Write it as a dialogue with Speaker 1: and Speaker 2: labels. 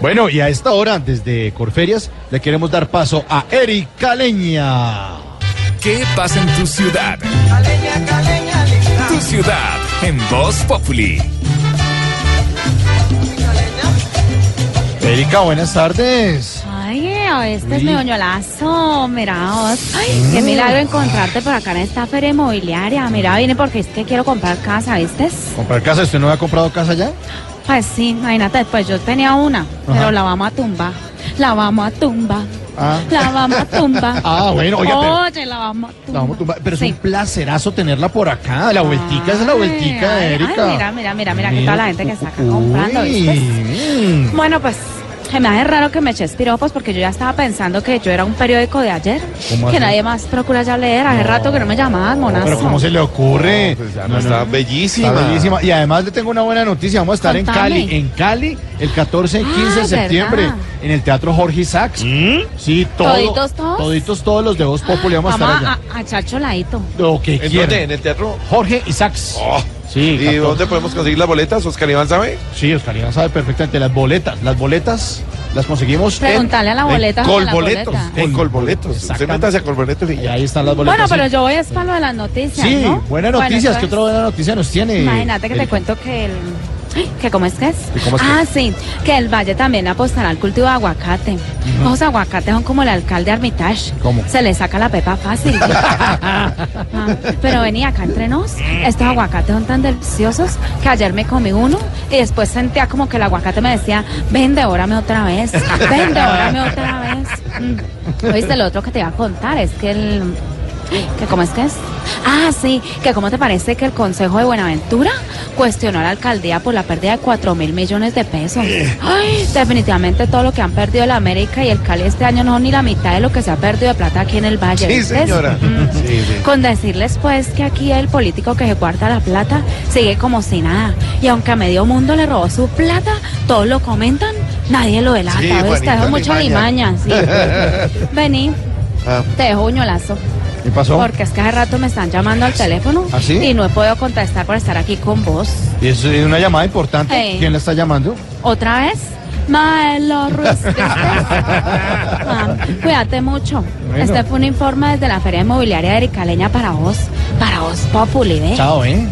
Speaker 1: Bueno, y a esta hora, desde Corferias, le queremos dar paso a Eric Caleña.
Speaker 2: ¿Qué pasa en tu ciudad? Tu ciudad en Voz Populi.
Speaker 1: Erika, buenas tardes.
Speaker 3: Ay, este es mi oñolazo, mira vos. Ay,
Speaker 1: Mm.
Speaker 3: qué milagro encontrarte por acá en esta feria inmobiliaria. Mira, vine porque es que quiero comprar casa, ¿viste?
Speaker 1: ¿Comprar casa? ¿Usted no ha comprado casa ya?
Speaker 3: Pues sí, imagínate, pues yo tenía una, pero la vamos a tumbar. La vamos a tumbar.
Speaker 1: Ah.
Speaker 3: La vamos a tumbar.
Speaker 1: Ah, bueno, oiga, pero-
Speaker 3: Oye, la vamos a tumbar.
Speaker 1: La vamos a tumbar. Pero es
Speaker 3: Sí.
Speaker 1: un placerazo tenerla por acá. La vueltica es la vueltica,
Speaker 3: Ay, ay,
Speaker 1: Erika.
Speaker 3: mira, mira, mira, mira, que toda la gente que está acá
Speaker 1: Uy,
Speaker 3: comprando, ¿viste?
Speaker 1: mm.
Speaker 3: Bueno, pues se me hace raro que me eches piropos porque yo ya estaba pensando que yo era un periódico de ayer.
Speaker 1: ¿Cómo
Speaker 3: Que
Speaker 1: así?
Speaker 3: nadie más procura ya leer. Hace rato que no me llamaban, monazo.
Speaker 1: Pero ¿cómo se le ocurre? No, no,
Speaker 4: pues está
Speaker 1: no.
Speaker 4: bellísima.
Speaker 1: Está bellísima. Y además le tengo una buena noticia. Vamos a estar
Speaker 3: Contame.
Speaker 1: en Cali, en Cali, el 14 y
Speaker 3: Ah,
Speaker 1: 15 de septiembre,
Speaker 3: ¿verdad?
Speaker 1: en el Teatro Jorge Isaacs.
Speaker 4: ¿Mm?
Speaker 1: Sí, todo-
Speaker 3: ¿Toditos todos?
Speaker 1: Toditos todos los de Voz Populi vamos a
Speaker 3: Vamos
Speaker 1: estar allá.
Speaker 3: a, a echar choladito.
Speaker 1: Lo que
Speaker 4: ¿En dónde?
Speaker 1: quieran.
Speaker 4: ¿En el teatro?
Speaker 1: Jorge Isaacs.
Speaker 4: Oh.
Speaker 1: Sí,
Speaker 4: ¿Y
Speaker 1: 14.
Speaker 4: dónde podemos conseguir las boletas? Oscar Iván sabe.
Speaker 1: Sí, Oscar Iván sabe perfectamente. Las boletas, las boletas las conseguimos. en-
Speaker 3: Preguntarle a la boleta. sobre la
Speaker 4: Colboletos.
Speaker 3: boleta.
Speaker 1: Col-
Speaker 4: En Colboletos. Usted
Speaker 1: Exactamente.
Speaker 4: métase a Colboletos y
Speaker 1: Y
Speaker 4: ya.
Speaker 1: ahí están las boletas.
Speaker 3: Bueno, pero
Speaker 1: sí.
Speaker 3: yo voy es para lo de las noticias.
Speaker 1: Sí,
Speaker 3: ¿no?
Speaker 1: buenas
Speaker 3: Bueno,
Speaker 1: noticias. ¿Qué
Speaker 3: entonces,
Speaker 1: otra buena noticia nos tiene?
Speaker 3: Imagínate que te
Speaker 1: Erika?
Speaker 3: cuento que el. ¿Que cómo es que es?
Speaker 1: ¿Que cómo es que
Speaker 3: ah, sí, que el Valle también apostará al cultivo de aguacate. Los aguacates son como el alcalde Armitage.
Speaker 1: ¿Cómo?
Speaker 3: Se le saca la pepa fácil. Ah, pero vení acá entre nos. Estos aguacates son tan deliciosos que ayer me comí uno y después sentía como que el aguacate me decía, vende, órame otra vez, vende, órame otra vez. Mm. Oíste, lo otro que te iba a contar es que el... ¿Que cómo es que es? Ah, sí, que cómo te parece que el Consejo de Buenaventura cuestionó a la alcaldía por la pérdida de 4 mil millones de pesos.
Speaker 4: Eh.
Speaker 3: Ay, definitivamente todo lo que han perdido el América y el Cali este año no son ni la mitad de lo que se ha perdido de plata aquí en el Valle.
Speaker 4: Sí,
Speaker 3: ¿viste? Mm.
Speaker 4: señora. Sí, sí.
Speaker 3: Con decirles pues que aquí el político que se guarda la plata sigue como si nada. Y aunque a medio mundo le robó su plata, todos lo comentan, nadie lo delata.
Speaker 4: Sí,
Speaker 3: ¿ves? Te
Speaker 4: Juanita
Speaker 3: dejo mucha
Speaker 4: Alimaña.
Speaker 3: limaña. sí. Vení,
Speaker 4: Ah.
Speaker 3: te dejo un ñolazo.
Speaker 1: ¿Qué pasó?
Speaker 3: Porque es que hace rato me están llamando al teléfono
Speaker 1: ¿Ah, sí?
Speaker 3: y no he podido contestar por estar aquí con vos.
Speaker 1: Y eso es una llamada importante.
Speaker 3: Hey.
Speaker 1: ¿Quién la está llamando?
Speaker 3: ¿Otra vez? Maelo Ruiz ¿viste? Ah, Cuídate mucho.
Speaker 1: Bueno.
Speaker 3: Este fue un informe desde la Feria Inmobiliaria de Ericaleña para vos, para vos Populi, ¿eh?
Speaker 1: Chao, ¿eh?